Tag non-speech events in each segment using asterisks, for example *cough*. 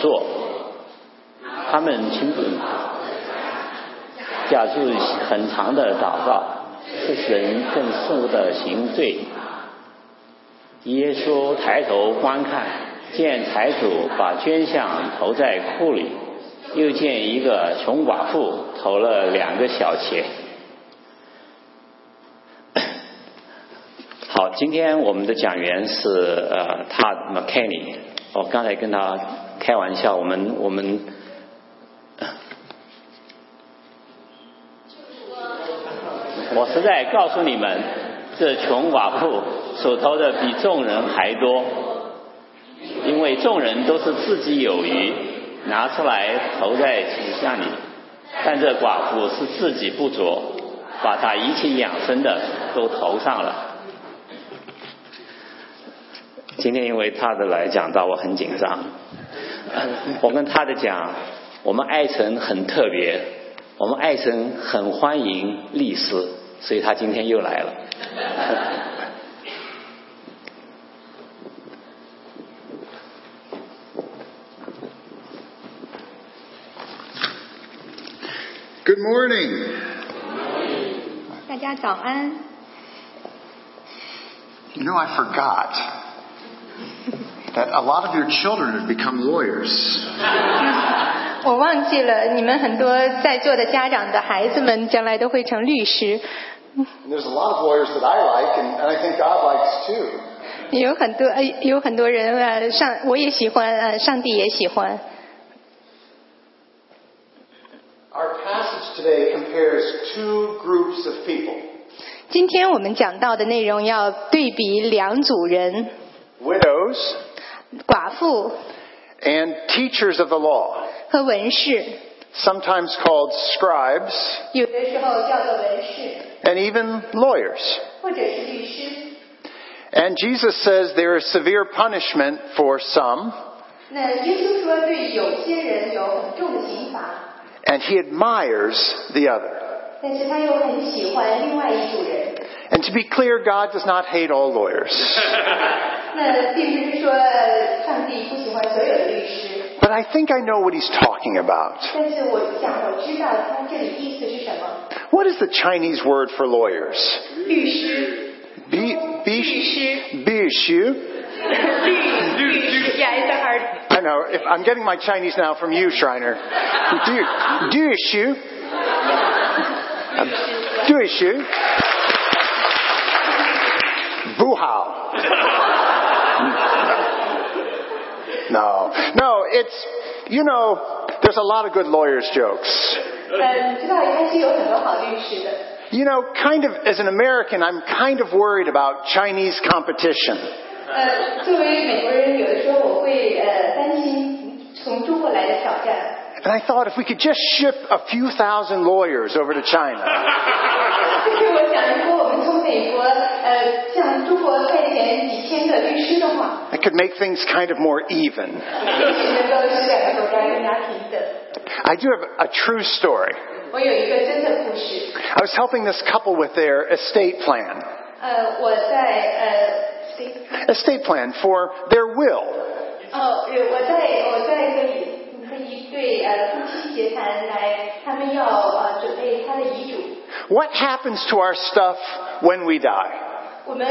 作，他们清楚假住很长的祷告，这使人更深入的行罪。耶稣抬头观看，见财主把捐项投在库里，又见一个穷寡妇投了两个小钱。好，今天我们的讲员是呃 Todd McKenny，我刚才跟他开玩笑，我们我们。呃我实在告诉你们，这穷寡妇所投的比众人还多，因为众人都是自己有余，拿出来投在景象里，但这寡妇是自己不足，把她一切养生的都投上了。今天因为他的来讲到，我很紧张。 *laughs* 我跟他的讲，我们爱神很特别，我们爱神很欢迎律师，所以他今天又来了。 Good morning. 大家早安。 You know, I forgot that a lot of your children have become lawyers. 我忘记了，你们很多在座的家长的孩子们将来都会成律师， And there's a lot of lawyers that I like, and, and I think God likes too. 有很多呃有很多人呃上我也喜欢呃上帝也喜欢。 Our passage today compares two groups of people 今天我们讲到的内容要对比两组人， widows 寡妇 and teachers of the law, 和文士， sometimes called scribes 有的时候叫做文士， and even lawyers. 或者是律师。 And Jesus says there is severe punishment for some, 那耶稣说对有些人有很重的刑罚， and he admires the other. 但是他又很喜欢另外一组人。 And to be clear, God does not hate all lawyers. 那并不是说呃上帝不喜欢所有的律师， But I think I know what he's talking about. 但是我想我知道他这里意思是什么。 What is the Chinese word for lawyers? 律师， Bi- bish- Bishu. 律律师，yes are I know, if I'm getting my Chinese now from you, Shriner. Du- Duishu. Um, Duishu. Buhao. No. No, it's, you know, there's a lot of good lawyers' jokes. 呃，你知道还是有很多好律师的。 You know, kind of, as an American, I'm kind of worried about Chinese competition. 呃，作为美国人，有的时候我会呃担心从中国来的挑战。 *laughs* And I thought if we could just ship a few thousand lawyers over to China, 就是我想，如果我们从美国呃向中国派遣几千个律师的话， that could make things kind of more even. 也许能够使两个国家更加平等。 I do have a true story. 我有一个真的故事。 I was helping this couple with their estate plan. 呃，我在呃，谁？ Estate plan for their will. 哦，对，我在我在跟一和一对呃夫妻协谈来，他们要呃准备他的遗嘱。 What happens to our stuff when we die? 我们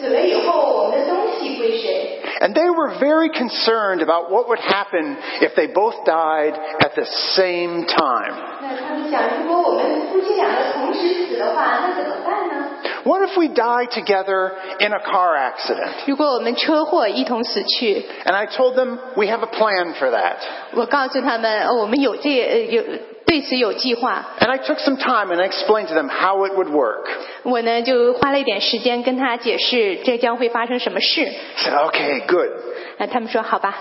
死了以后，我们的东西归谁？ And they were very concerned about what would happen if they both died at the same time. 那他们想，如果我们夫妻两个同时死的话，那怎么办呢？ What if we die together in a car accident? 如果我们车祸一同死去， And I told them we have a plan for that. 我告诉他们，哦、我们有这呃有对此有计划。 And I took some time and I explained to them how it would work. 我呢就花了一点时间跟他解释这将会发生什么事。 I said, okay, good. 那他们说好吧，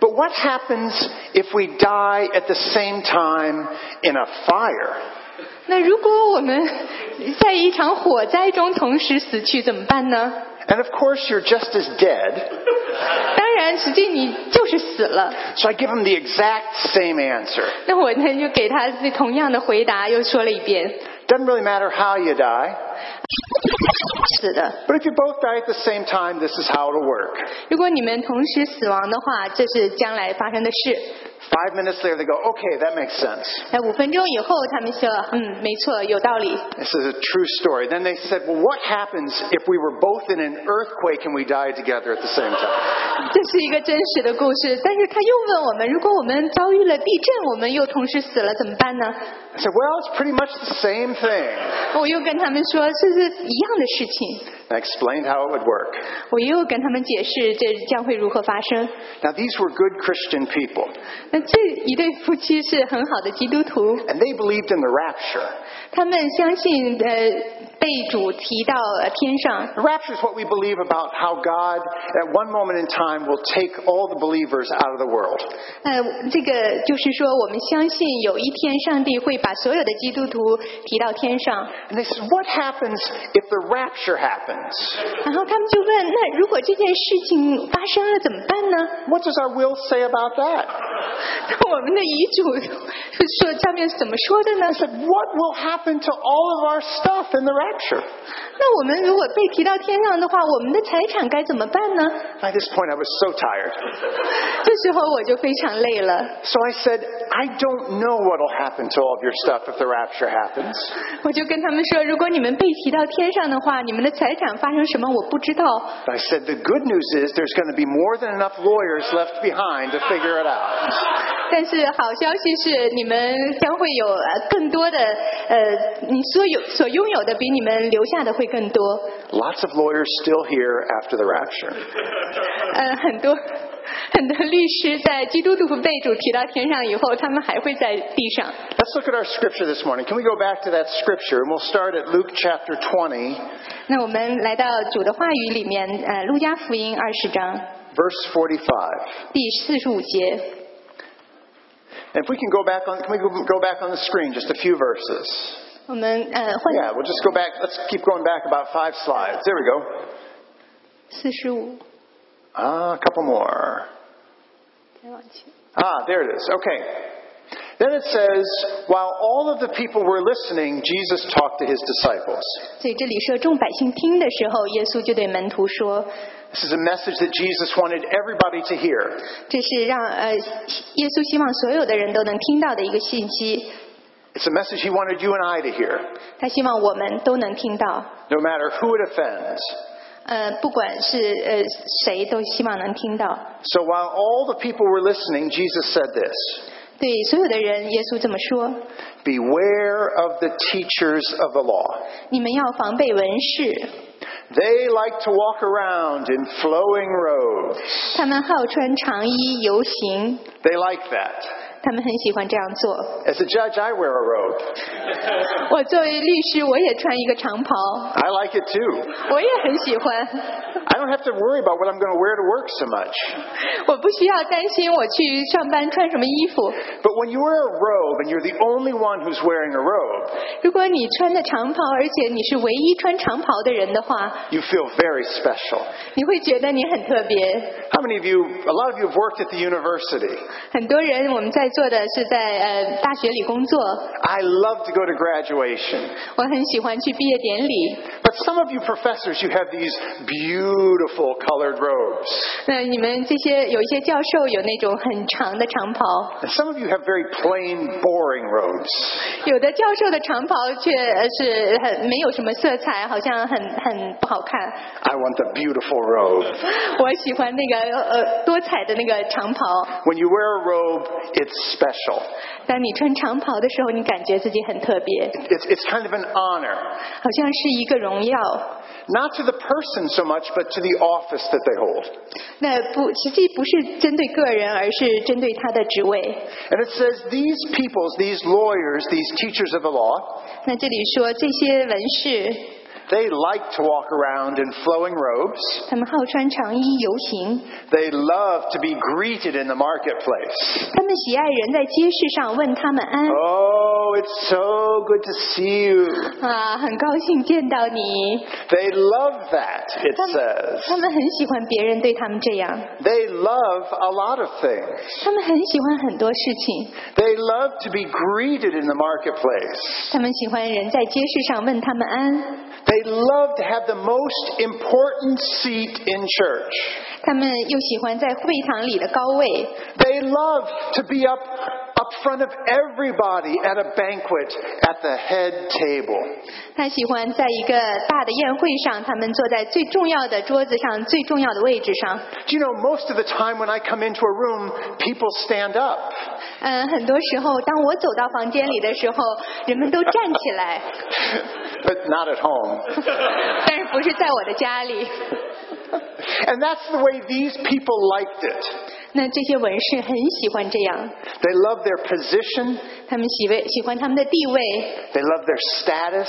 But what happens if we die at the same time in a fire? 那如果我们在一场火灾中同时死去怎么办呢？ And of course, you're just as dead. 当然，实际你就是死了。 So I give them the exact same answer. 那我呢就给他同样的回答又说了一遍。 Doesn't really matter how you die. 死的。 But if you both die at the same time, this is how it'll work. 如果你们同时死亡的话，这是将来发生的事。 Five minutes later, they go, okay, that makes sense. 哎，五分钟以后，他们说，嗯，没错，有道理。 This is a true story. Then they said, well, what happens if we were both in an earthquake and we died together at the same time? 这是一个真实的故事，但是他又问我们，如果我们遭遇了地震，我们又同时死了，怎么办呢？ I said, well, it's pretty much the same thing. 我又跟他们说，这是一样的事情。 And I explained how it would work. 我又跟他们解释这将会如何发生。 Now, these were good Christian people, 那这一对夫妻是很好的基督徒， and they believed in the rapture. 他们相信呃被主提到呃天上。 The rapture is what we believe about how God, at one moment in time, will take all the believers out of the world. 呃，这个就是说，我们相信有一天上帝会把所有的基督徒提到天上。 And they said, What happens if the rapture happens? 然后他们就问：那如果这件事情发生了怎么办呢？ What does our will say about that? 那我们的遗嘱说上面怎么说的呢 I？said, What will happen to all of our stuff in the rapture? 那我们如果被提到天上的话，我们的财产该怎么办呢？ By this point, I was so tired. 这时候我就非常累了， So I said, I don't know what will happen to all of your stuff if the rapture happens. 我就跟他们说，如果你们被提到天上的话，你们的财产发生什么我不知 *laughs* 道。 But I said, The good news is there's going to be more than enough lawyers left behind to figure it out. 但是好消息是，你们将会有呃更多的呃，你所有所拥有的比你们留下的会更多。 Lots of lawyers still here after the rapture. 呃，很多 *laughs* 很多律师在基督徒被主提到天上以后，他们还会在地上。 Let's look at our scripture this morning. Can we go back to that scripture? And we'll start at Luke chapter 20, 那我们来到主的话语里面，呃，《路加福音》二十章 verse 45. 第四十五节。 And if we can go back on, can we go back on the screen just a few verses? Oh, 我们呃，换 Yeah, we'll just go back. Let's keep going back about five slides. There we go. 四十五， Ah, a couple more. 再往前。 Ah, there it is. Okay. Then it says, while all of the people were listening, Jesus talked to his disciples. 所以这里说，众百姓听的时候，耶稣就对门徒说， This is a message that Jesus wanted everybody to hear. 这是让呃，耶稣希望所有的人都能听到的一个信息， It's a message he wanted you and I to hear, 他希望我们都能听到， no matter who it offends. 呃，不管是呃谁都希望能听到。 So while all the people were listening, Jesus said this. 对所有的人，耶稣这么说： Beware of the teachers of the law. 你们要防备文士， They like to walk around in flowing robes. 他们好穿长衣游行， They like that. 他们很喜欢这样做。 As a judge, I wear a robe. 我作为律师，我也穿一个长袍， I like it too. 我也很喜欢。 I don't have to worry about what I'm going to wear to work so much. 我不需要担心我去上班穿什么衣服。 But when you wear a robe and you're the only one who's wearing a robe, 如果你穿的长袍，而且你是唯一穿长袍的人的话， you feel very special. 你会觉得你很特别。 How many of you, a lot of you have worked at the university. 很多人，我们在座的是在呃大学里工作， I love to go to graduation. 我很喜欢去毕业典礼。 But some of you professors, you have these beautiful colored robes. 那你们这些有一些教授有那种很长的长袍， And some of you have very plain, boring robes. 有的教授的长袍却呃是很没有什么色彩，好像很很不好看。 I want the beautiful robe. 我喜欢那个呃多彩的那个长袍。 When you wear a robe, it's special. 当你穿长袍的时候，你感觉自己很特别， It's, it's kind of an honor, 好像是一个荣耀。 not to the person so much, but to the office that they hold. 那不，实际不是针对个人，而是针对他的职位。 And it says these peoples, these lawyers, these teachers of the law, 那这里说这些文士， they like to walk around in flowing robes. 他们好穿长衣游行， They love to be greeted in the marketplace. 他们喜爱人在街市上问他们安。 Oh, Oh, it's so good to see you. 啊，很高兴见到你。 They love that, it 他们 says. 他们很喜欢别人对他们这样， They love a lot of things. 他们很喜欢很多事情， They love to be greeted in the marketplace. 他们喜欢人在街市上问他们安， They love to have the most important seat in church. 他们又喜欢在会堂里的高位， They love to be up up front of everybody at a banquet at the head table. 他喜欢在一个大的宴会上，他们坐在最重要的桌子上、最重要的位置上。 Do you know most of the time when I come into a room, people stand up. 嗯，很多时候，当我走到房间里的时候，人们都站起来， but not at home. 但是不是在我的家里。 And that's the way these people liked it. 那这些文士很喜欢这样， They love their position, 他们喜为喜欢他们的地位， they love their status,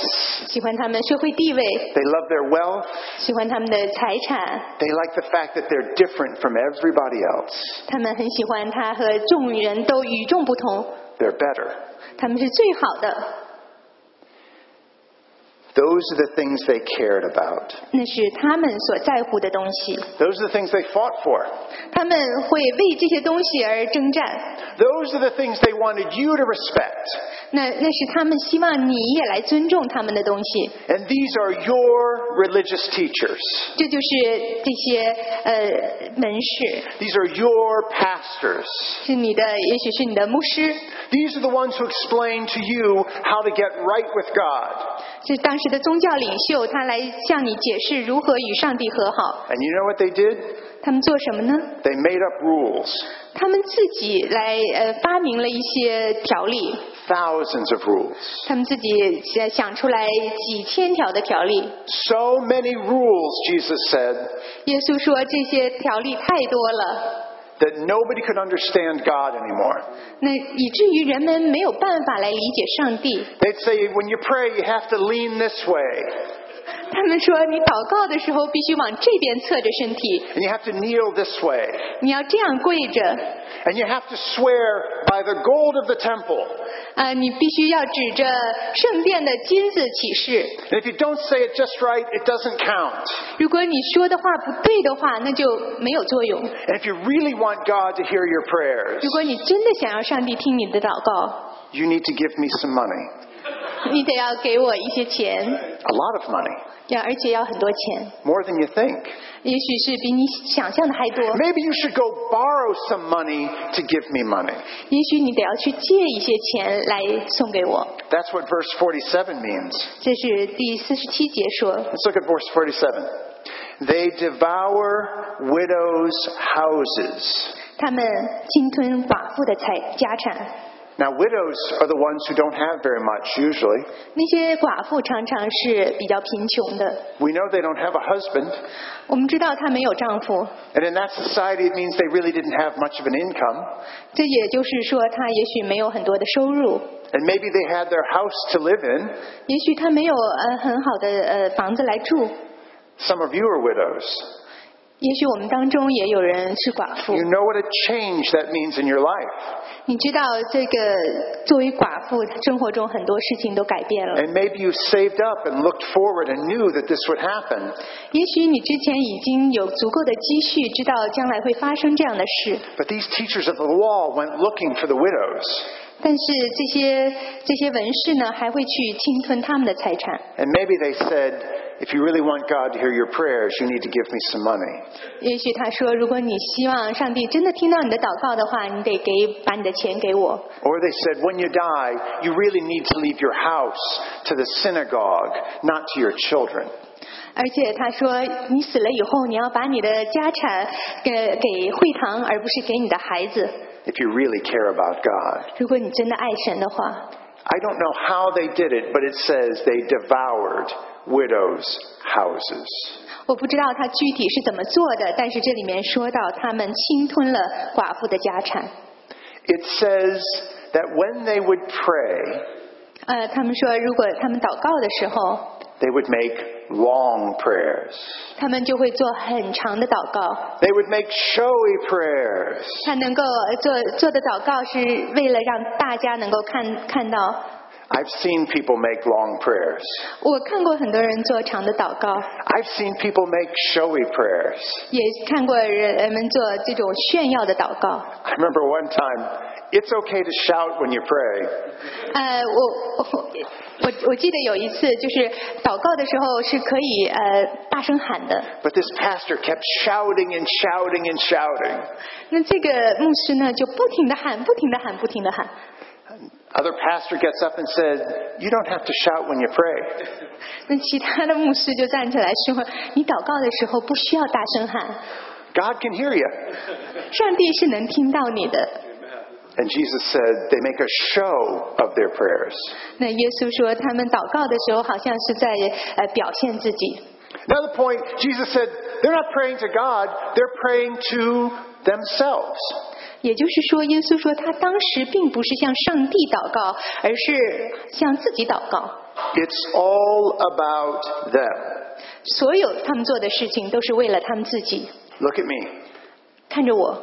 喜欢他们社会地位， they love their wealth, 喜欢他们的财产， they like the fact that they're different from everybody else. 他们很喜欢他和众人都与众不同， They're better. 他们是最好的， Those are the things they cared about. 那是他们所在乎的东西。 Those are the things they fought for. 他们会为这些东西而征战， Those are the things they wanted you to respect. 那那是他们希望你也来尊重他们的东西。 And these are your religious teachers. 这就是这些呃门市， These are your pastors. 是你的，也许是你的牧师， These are the ones who explain to you how to get right with God. 是当时的宗教领袖，他来向你解释如何与上帝和好。 And you know what they did? 他们做什么呢？ They made up rules, 他们自己来呃发明了一些条例， thousands of rules. 他们自己想想出来几千条的条例。 So many rules, Jesus said, 耶稣说这些条例太多了， that nobody could understand God anymore. 那以至于人们没有办法来理解上帝。 They'd say, when you pray, you have to lean this way, 他们说，你祷告的时候必须往这边侧着身体， and you have to kneel this way, 你要这样跪着， and you have to swear by the gold of the temple. 呃，你必须要指着圣殿的金子起誓。 And if you don't say it just right, it doesn't count. 如果你说的话不对的话，那就没有作用。如 And if you really want God to hear your prayers, 果你真的想要上帝听你的祷告， you need to give me some money. 你得要给我一些钱， A lot of money. 要而且要很多钱， More than you think. 也许是比你想象的还多。 Maybe you should go borrow some money to give me money. 也许你得要去借一些钱来送给我。 That's what verse 47 means. 这是第四十七节说， Let's look at verse 47. They devour widows' houses. 他们侵吞寡妇的财家产。 Now, widows are the ones who don't have very much, usually. 那些寡妇常常是比较贫穷的。 We know they don't have a husband, 我们知道她没有丈夫， and in that society, it means they really didn't have much of an income, 这也就是说她也许没有很多的收入， and maybe they had their house to live in. 也许她没有呃很好的呃房子来住。 Some of you are widows. 也许我们当中也有人是寡妇 You，know what a change that means in your life. 你知道这个作为寡妇，生活中很多事情都改变了。 And maybe you saved up and looked forward and knew that this would happen, 也许你之前已经有足够的积蓄，知道将来会发生这样的事， but these teachers of the law went looking for the widows. 但是这些这些文士呢，还会去侵吞他们的财产。 And maybe they said, if you really want God to hear your prayers, you need to give me some money. 也许他说，如果你希望上帝真的听到你的祷告的话，你得给把你的钱给我。 Or they said, when you die, you really need to leave your house to the synagogue, not to your children. 而且他说，你死了以后，你要把你的家产给给会堂，而不是给你的孩子。 If you really care about God. 如果你真的爱神的话， I don't know how they did it, but it says they devoured widows' houses. 我不知道他具体是怎么做的，但是这里面说到他们侵吞了寡妇的家产。 It says that when they would pray, 呃，他们说，如果他们祷告的时候， they would make long prayers. 他们就会做很长的祷告。 They would make showy prayers. 他能够呃做做的祷告是为了让大家能够看看到。 I've seen people make long prayers. 我看过很多人做长的祷告， I've seen people make showy prayers. 也看过人人们做这种炫耀的祷告。 I remember one time, it's okay to shout when you pray. 呃，我我我我记得有一次就是祷告的时候是可以呃大声喊的。 But this pastor kept shouting and shouting and shouting. 那这个牧师呢就不停的喊，不停的喊，不停的喊。 Other pastor gets up and said, "You don't have to shout when you pray." 那其他的牧师就站起来说：“你祷告的时候不需要大声喊， God can hear you. 上帝是能听到你的。 And Jesus said, "They make a show of their prayers." ”那耶稣说，他们祷告的时候好像是在呃表现自己。 Another point, Jesus said, they're not praying to God, they're praying to themselves. 也就是说，耶稣说他当时并不是向上帝祷告，而是向自己祷告。 It's all about them. 所有他们做的事情都是为了他们自己。 Look at me. 看着我，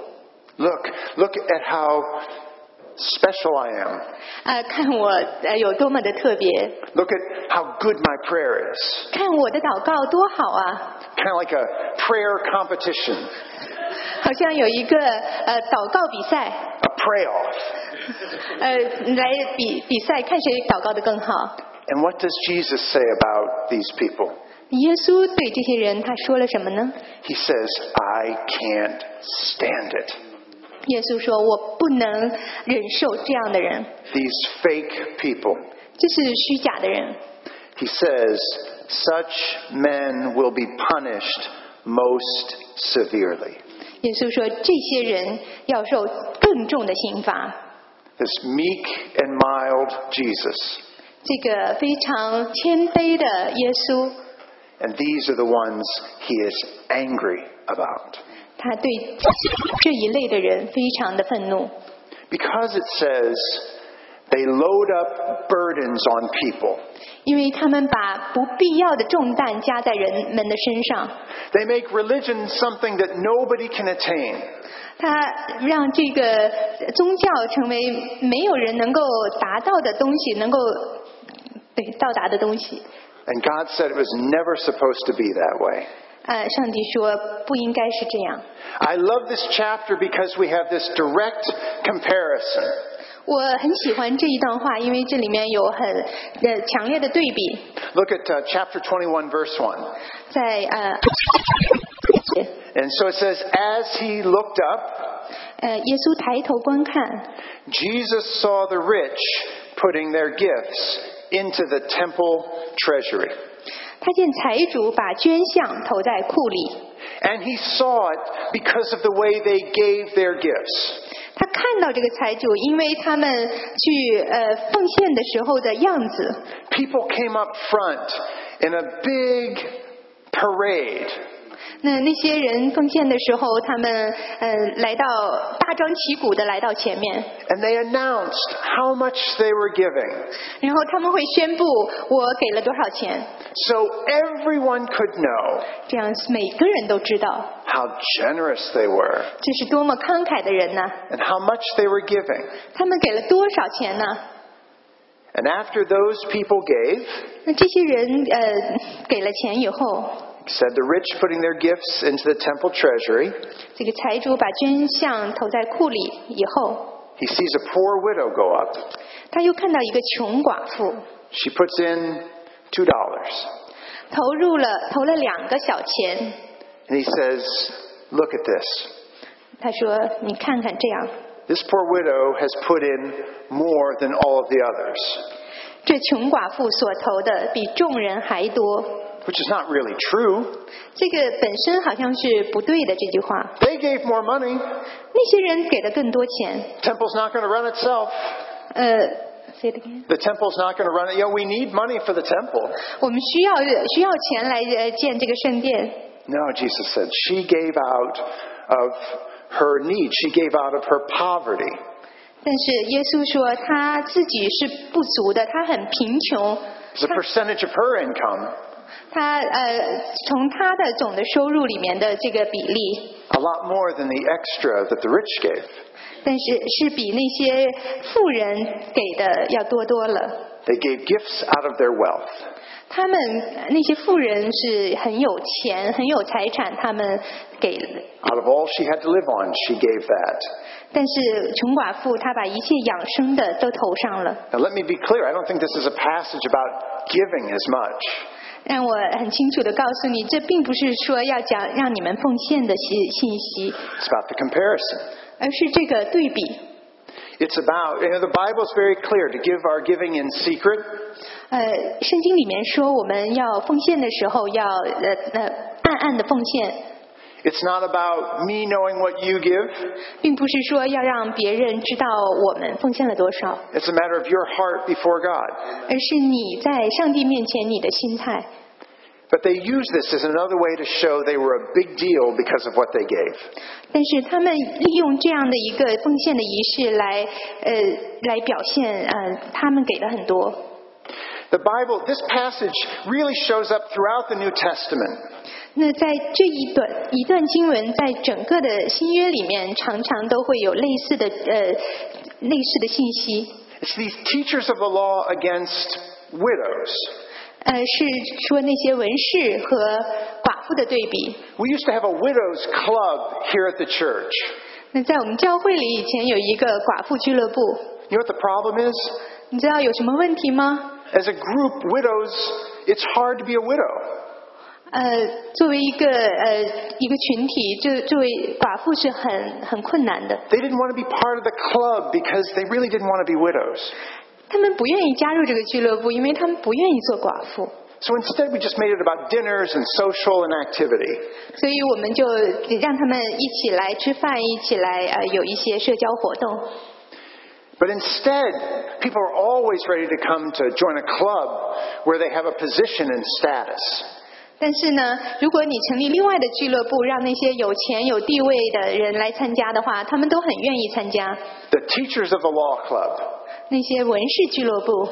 Look, look at how special I am. 呃，看我呃有多么的特别， Look at how good my prayer is. 看我的祷告多好啊！ Kind of like a prayer competition, 好像有一个呃祷告比赛， a pray off. 呃来比比赛看谁祷告的更好。 And what does Jesus say about these people? 耶稣对这些人他说了什么呢？ He says, I can't stand it. 耶稣说：“我不能忍受这样的人， These fake people. 这是虚假的人。 He says, such men will be punished most severely. ”耶稣说：“这些人要受更重的刑罚。 This meek and mild Jesus. ”这个非常谦卑的耶稣， And these are the ones he is angry about. 他对这一类的人非常的愤怒， Because it says they load up burdens on people, 因为他们把不必要的重担加在人们的身上， they make religion something that nobody can attain. 他让这个宗教成为没有人能够达到的东西，能够对到达的东西。 And God said it was never supposed to be that way. 呃，上帝说不应该是这样。 I love this chapter because we have this direct comparison. 我很喜欢这一段话，因为这里面有很呃强烈的对比， Look at uh, chapter 21, verse 1. 在呃 And so it says, As he looked up, 呃，耶稣抬头观看， Jesus saw the rich putting their gifts into the temple treasury. 他见财主把捐项投在库里， And he saw it because of the way they gave their gifts. 他看到这个财主，因为他们去呃奉献的时候的样子， People came up front in a big parade. 那那些人奉献的时候，他们呃来到大张旗鼓的来到前面， And they announced how much they were giving. 然后他们会宣布我给了多少钱， So everyone could know 这样每个人都知道 how generous they were 这是多么慷慨的人呐、 and how much they were giving. 他们给了多少钱呢？ And after those people gave, 那这些人呃给了钱以后， said the rich putting their gifts into the temple treasury, 这个财主把捐项投在库里以后， he sees a poor widow go up. 他又看到一个穷寡妇 She puts in $2. 投入了投了两个小钱， And he says, Look at this. 他说：“你看看这样， This poor widow has put in more than all of the others, 这穷寡妇所投的比众人还多。” which is not really true. 这个本身好像是不对的这句话。 They gave more money. 那些人给的更多钱， Temple's not going to run itself. 呃，say it again， The temple's not going to run it. You know, we need money for the temple. 我们需要需要钱来呃建这个圣殿。 No, Jesus said she gave out of her need. She gave out of her poverty. 但是耶稣说他自己是不足的，他很贫穷， It's a percentage of her income, 他呃从他的总的收入里面的这个比例， a lot more than the extra that the rich gave. 但是是比那些富人给的要多多了。 They gave gifts out of their wealth. 他们那些富人是很有钱、很有财产，他们给了， Out of all she had to live on, she gave that. 但是穷寡妇她把一切养生的都投上了。 Now, let me be clear. I don't think this is a passage about giving as much. 让我很清楚的告诉你，这并不是说要讲让你们奉献的信信息， It's about the comparison. 而是这个对比。 It's about, you know, the Bible's very clear to give our giving in secret, 呃，圣经里面说我们要奉献的时候要呃呃暗暗的奉献， It's not about me knowing what you give. 并不是说要让别人知道我们奉献了多少， It's a matter of your heart before God. 而是你在上帝面前你的心态。 But they use this as another way to show they were a big deal because of what they gave. 但是他们利用这样的一个奉献的仪式来呃来表现呃他们给了很多。 The Bible, this passage really shows up throughout the New Testament. 那在这一段一段经文，在整个的新约里面，常常都会有类似的呃类似的信息， It's these teachers of the law against widows. 呃是说那些文士和寡妇的对比。 We used to have a widows club here at the church. 那在我们教会里以前有一个寡妇俱乐部， You know what the problem is? 你知道有什么问题吗？ As a group, widows, it's hard to be a widow. 呃，作为一个呃一个群体，就作为寡妇是很很困难的， They didn't want to be part of the club because they really didn't want to be widows. 他们不愿意加入这个俱乐部，因为他们不愿意做寡妇， So instead, we just made it about dinners and social and activity. 所以我们就让他们一起来吃饭，一起来呃有一些社交活动。 But instead, people are always ready to come to join a club where they have a position and status. 但是呢，如果你成立另外的俱乐部，让那些有钱有地位的人来参加的话，他们都很愿意参加 The teachers of the law club, 那些文士俱乐部，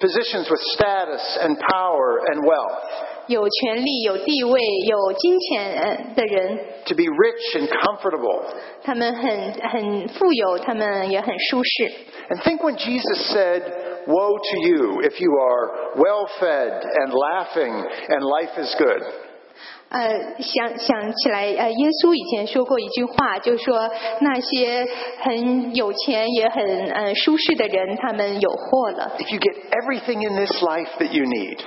positions with status and power and wealth, 有权利、有地位、有金钱呃的人， to be rich and comfortable. 他们很很富有，他们也很舒适。 And think when Jesus said, Woe to you if you are well fed and laughing and life is good. 呃，想想起来，呃，耶稣以前说过一句话，就说那些很有钱也很呃舒适的人，他们有祸了。 If you get everything in this life that you need,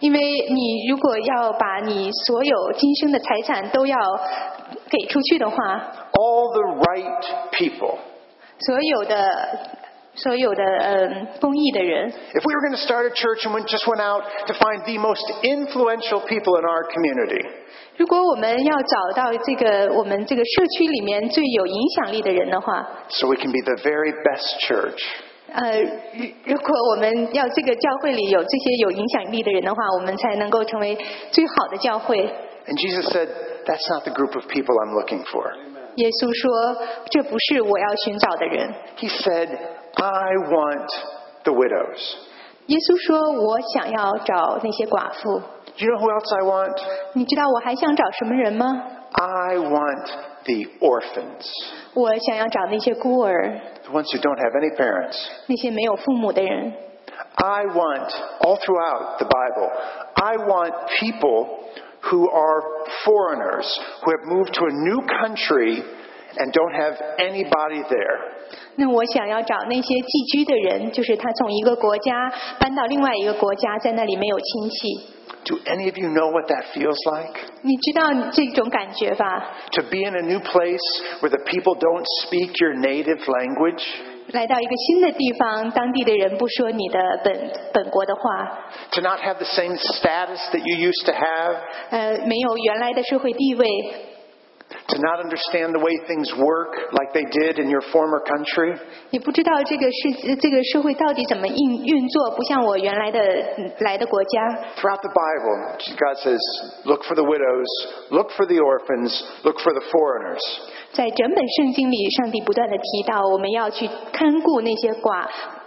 因为你如果要把你所有今生的财产都要给出去的话， all the right people, 所有的所有的呃公益的人， If we were going to start a church and went, just went out to find the most influential people in our community, 如果我们要找到这个我们这个社区里面最有影响力的人的话， so we can be the very best church, 呃，如如果我们要这个教会里有这些有影响力的人的话，我们才能够成为最好的教会。 and Jesus said, that's not the group of people I'm looking for. 耶稣说：“这不是我要寻找的人。 He said, I want the widows. ”耶稣说：“我想要找那些寡妇。 Do you know who else I want? ”你知道我还想找什么人吗？ I want the orphans, 我想要找那些孤儿， the ones who don't have any parents. 那些没有父母的人。 I want, all throughout the Bible, I want people who are foreigners, who have moved to a new country and don't have anybody there. 那我想要找那些寄居的人，就是他从一个国家搬到另外一个国家，在那里没有亲戚。 Do any of you know what that feels like? 你知道这种感觉吧？ To be in a new place where the people don't speak your native language? 来到一个新的地方，当地的人不说你的本本国的话， To not have the same status that you used to have? 呃，没有原来的社会地位， To not understand the way things work like they did in your former country? 也不知道这个世这个社会到底怎么运运作，不像我原来的嗯来的国家。 Throughout the Bible, God says, look for the widows, look for the orphans, look for the foreigners. 在整本圣经里，上帝不断的提到，我们要去看顾那些寡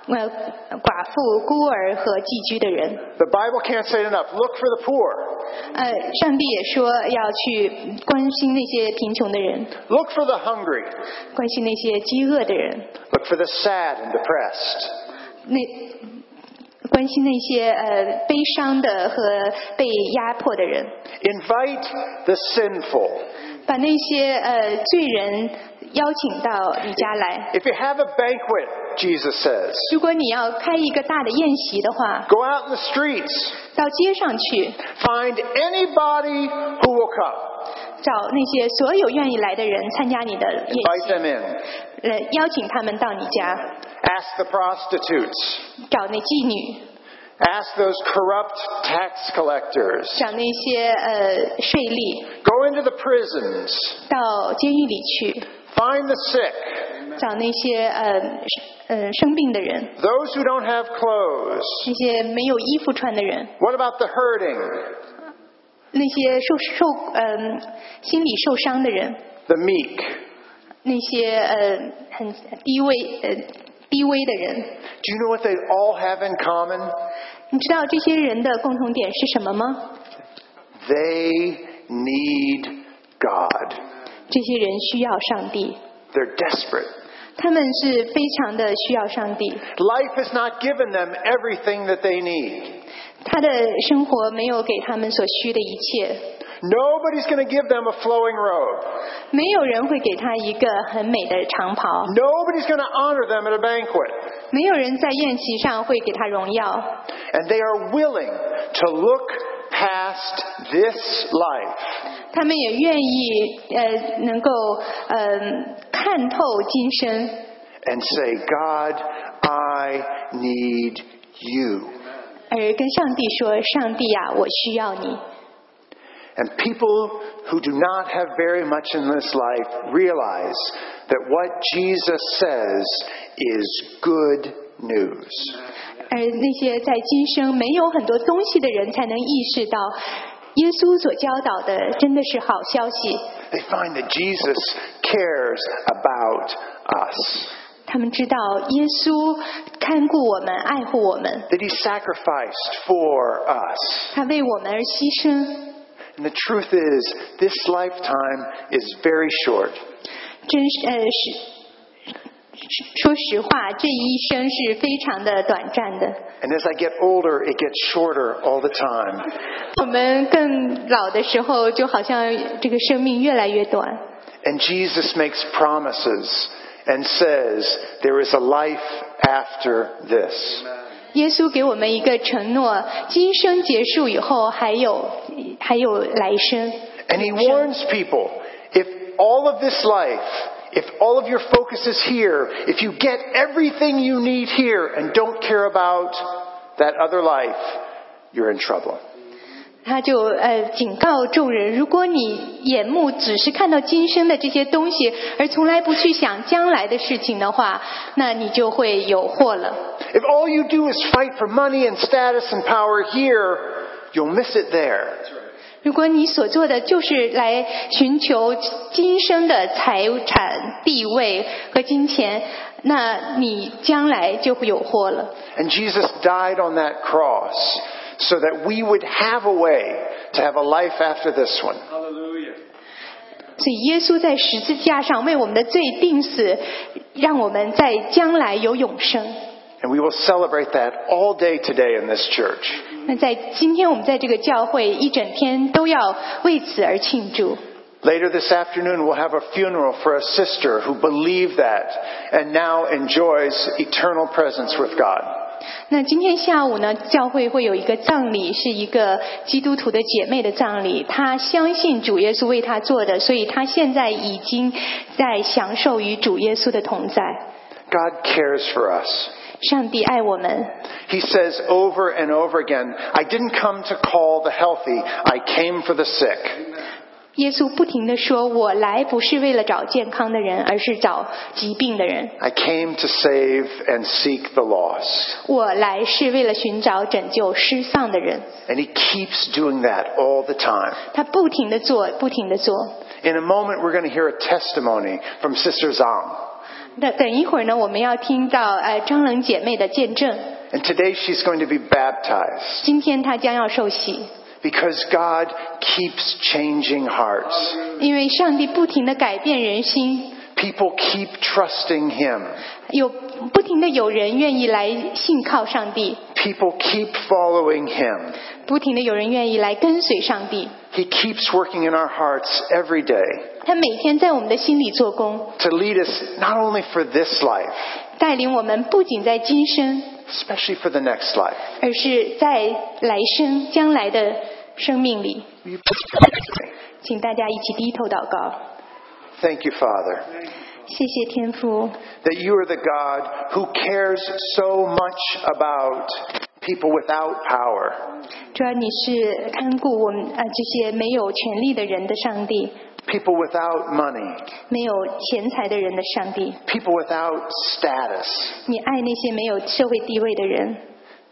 呃寡妇、孤儿和寄居的人。 The Bible can't say it enough. Look for the poor. 呃，上帝也说要去关心那些贫穷的人， Look for the hungry. 关心那些饥饿的人， Look for the sad and depressed. 那关心那些呃悲伤的和被压迫的人， Invite the sinful. 把那些呃罪人邀请到你家来。 If you have a banquet, Jesus says, 如果你要开一个大的宴席的话， go out in the streets. 到街上去 Find anybody who will come. 找那些所有愿意来的人参加你的宴 Invite 席， them in. 呃，邀请他们到你家， Ask the prostitutes. 找那妓女， Ask those corrupt tax collectors. 找那些呃税吏， Go into the prisons. 到监狱里去， Find the sick. 找那些呃呃生病的人， Those who don't have clothes. 那些没有衣服穿的人， What about the hurting? 那些受受嗯、心理受伤的人， The meek. 那些呃很低微呃低微的人， Do you know what they all have in common? 你知道这些人的共同点是什么吗？ They need God. 这些人需要上帝， They're desperate. 他们是非常的需要上帝， Life has not given them everything that they need. 他的生活没有给他们所需的一切， Nobody's going to give them a flowing robe. 没有人会给他一个很美的长袍， Nobody's going to honor them at a banquet. 没有人在宴席上会给他荣耀， And they are willing to look past this life 他们也愿意呃能够呃看透今生， and say, God, I need you. 而跟上帝说：“上帝啊，我需要你。 And people who do not have very much in this life realize that what Jesus says is good news. ”而那些在今生没有很多东西的人，才能意识到耶稣所教导的真的是好消息。 They find that Jesus cares about us, 他们知道耶稣看顾我们、爱护我们， that He sacrificed for us. 他为我们而牺牲。 And the truth is, this lifetime is very short. 真是呃是，说实话，这一生是非常的短暂的。 And as I get older, it gets shorter all the time. 我们更老的时候，就好像这个生命越来越短。 And Jesus makes promises and says, There is a life after this. 耶稣给我们一个承诺：今生结束以后，还有还有来生。 And he warns people if all of this life, if all of your focus is here, if you get everything you need here and don't care about that other life, you're in trouble. 他就呃警告众人：如果你眼目只是看到今生的这些东西，而从来不去想将来的事情的话，那你就会有祸了。 If all you do is fight for money and status and power here, you'll miss it there. 如果你所做的就是来寻求今生的财产、地位和金钱，那你将来就会有祸了。 And Jesus died on that cross so that we would have a way to have a life after this one. 所以，耶稣在十字架上为我们的罪定死，让我们在将来有永生。 And we will celebrate that all day today in this church. 那在今天，我们在这个教会一整天都要为此而庆祝。 Later this afternoon, we'll have a funeral for a sister who believed that and now enjoys eternal presence with God. 那今天下午呢，教会会有一个葬礼，是一个基督徒的姐妹的葬礼。她相信主耶稣为她做的，所以她现在已经在享受与主耶稣的同在。 God cares for us. 上帝爱我们， He says over and over again, I didn't come to call the healthy, I came for the sick. 耶稣不停地说：“我来不是为了找健康的人，而是找疾病的人。” I came to save and seek the lost. 我来是为了寻找拯救失丧的人。 And He keeps doing that all the time. 他不停的做，不停的做。 In a moment, we're going to hear a testimony from Sister Zhang. 那等一会儿呢，我们要听到呃张冷姐妹的见证。 And today she's going to be baptized. 今天她将要受洗， Because God keeps changing hearts. 因为上帝不停的改变人心， People keep trusting Him. 有不停的有人愿意来信靠上帝， People keep following him. 不停的有人愿意来跟随上帝， He keeps working in our hearts every day 他每天在我们的心里做工， to lead us not only for this life, 带领我们不仅在今生， especially for the next life. 而是在来生将来的生命里。 Will you pray? 请大家一起低头祷告， Thank you, Father, 谢谢天父， that you are the God who cares so much about people without power, 主要你是看顾我们啊、呃、这些没有权利的人的上帝， people without money, 没有钱财的人的上帝， people without status. 你爱那些没有社会地位的人。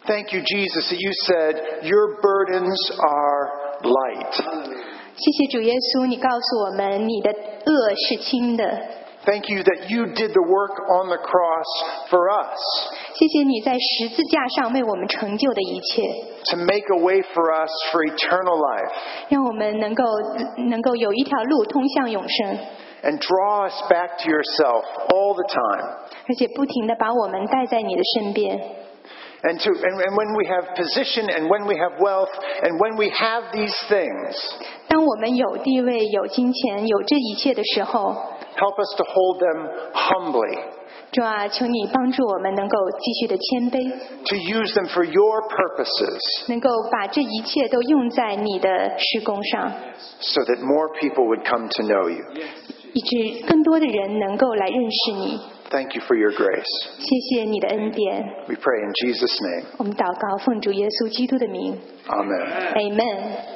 Thank you, Jesus, that you said your burdens are light. 谢谢主耶稣，你告诉我们你的恶是轻的。 Thank you that you did the work on the cross for us. 谢谢你在十字架上为我们成就的一切， to make a way for us for eternal life 让我们能够能够有一条路通向永生， and draw us back to yourself all the time. 而且不停的把我们带在你的身边。 And, to, and, and when we have position and when we have wealth and when we have these things, 当我们有地位、有金钱、有这一切的时候， help us to hold them humbly, 主啊，求你帮助我们能够继续的谦卑， to use them for your purposes 能够把这一切都用在你的施工上， so that more people would come to know you. 以致更多的人能够来认识你。 Thank you for your grace. 谢谢你的恩典， We pray in Jesus' name. 我们祷告，奉主耶稣基督的名 Amen. ，Amen。